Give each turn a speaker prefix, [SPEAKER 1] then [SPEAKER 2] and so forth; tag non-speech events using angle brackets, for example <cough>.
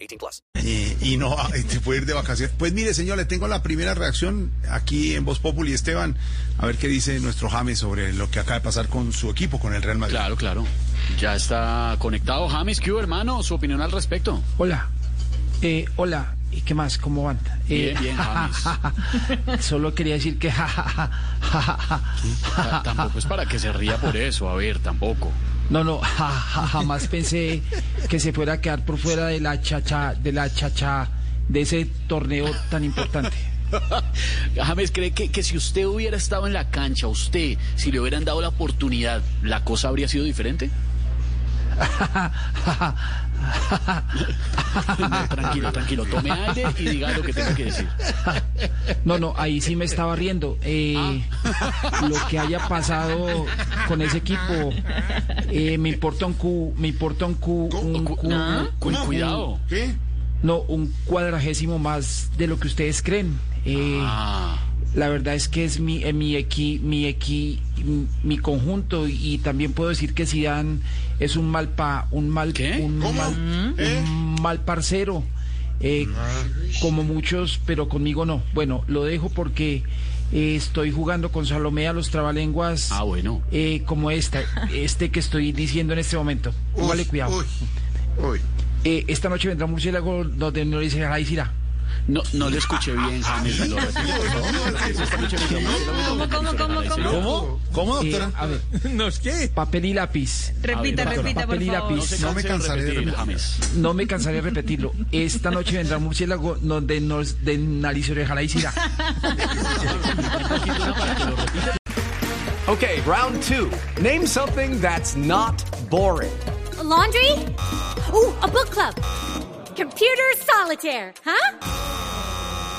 [SPEAKER 1] 18 plus.
[SPEAKER 2] Y, y no, ay, se puede ir de vacaciones. Pues mire, señor, le tengo la primera reacción aquí en Voz Populi, Esteban. A ver qué dice nuestro James sobre lo que acaba de pasar con su equipo, con el Real Madrid.
[SPEAKER 3] Claro, claro. Ya está conectado James Q, hermano. Su opinión al respecto.
[SPEAKER 4] Hola. Eh, hola. ¿Y qué más? ¿Cómo van? Eh,
[SPEAKER 3] Bien,
[SPEAKER 4] <laughs>
[SPEAKER 3] bien, James.
[SPEAKER 4] solo quería decir que... <laughs>
[SPEAKER 3] Ta- tampoco es para que se ría por eso. A ver, tampoco.
[SPEAKER 4] no, no, <laughs> jamás pensé que se fuera a quedar por fuera de la chacha, de la chacha, de ese torneo tan importante.
[SPEAKER 3] <laughs>
[SPEAKER 4] <laughs>
[SPEAKER 3] James, ¿cree que, que si usted hubiera estado en la cancha, usted, si le hubieran dado la oportunidad, la cosa habría sido diferente? <laughs> No, tranquilo, tranquilo. Tome aire y diga lo que tenga que decir.
[SPEAKER 4] No, no, ahí sí me estaba riendo. Eh,
[SPEAKER 3] Ah.
[SPEAKER 4] Lo que haya pasado con ese equipo, eh, me importa un Q, me importa un Q, un
[SPEAKER 3] Cu-
[SPEAKER 4] Q,
[SPEAKER 3] cu-
[SPEAKER 2] ¿Cómo?
[SPEAKER 3] cuidado.
[SPEAKER 2] ¿Qué?
[SPEAKER 4] no, un cuadragésimo más de lo que ustedes creen. Eh,
[SPEAKER 3] Ah.
[SPEAKER 4] La verdad es que es mi, eh, mi equi, mi equi, m- mi conjunto y también puedo decir que Zidane es un mal pa, un mal,
[SPEAKER 3] ¿Qué?
[SPEAKER 4] un
[SPEAKER 2] ¿Cómo?
[SPEAKER 4] mal,
[SPEAKER 2] ¿Eh?
[SPEAKER 4] un mal parcero, eh, como muchos, pero conmigo no. Bueno, lo dejo porque eh, estoy jugando con Salomé a los trabalenguas,
[SPEAKER 3] Ah, bueno.
[SPEAKER 4] eh, como esta, este que estoy diciendo en este momento.
[SPEAKER 2] Uy,
[SPEAKER 4] Póngale cuidado.
[SPEAKER 2] Uy, uy.
[SPEAKER 4] Eh, esta noche vendrá un murciélago donde no le dice, ay, Sira.
[SPEAKER 3] No, no le escuché bien, James. me lo repito, por favor.
[SPEAKER 5] ¿Cómo, cómo, cómo, cómo?
[SPEAKER 2] ¿Cómo? ¿Cómo,
[SPEAKER 4] Eh,
[SPEAKER 2] doctora?
[SPEAKER 4] a ver,
[SPEAKER 6] ¿Nos qué?
[SPEAKER 4] papel y lápiz.
[SPEAKER 5] Repita,
[SPEAKER 3] Papel
[SPEAKER 5] repita, por
[SPEAKER 4] y
[SPEAKER 5] favor.
[SPEAKER 4] lápiz.
[SPEAKER 3] No me cansaré de repetir, James.
[SPEAKER 4] No me cansaré de repetirlo. Esta noche vendrá un murciélago donde nos de nariz, oreja y sida.
[SPEAKER 7] Okay, round two. Name something that's not boring.
[SPEAKER 8] A laundry? Ooh, a book club. Computer solitaire, huh?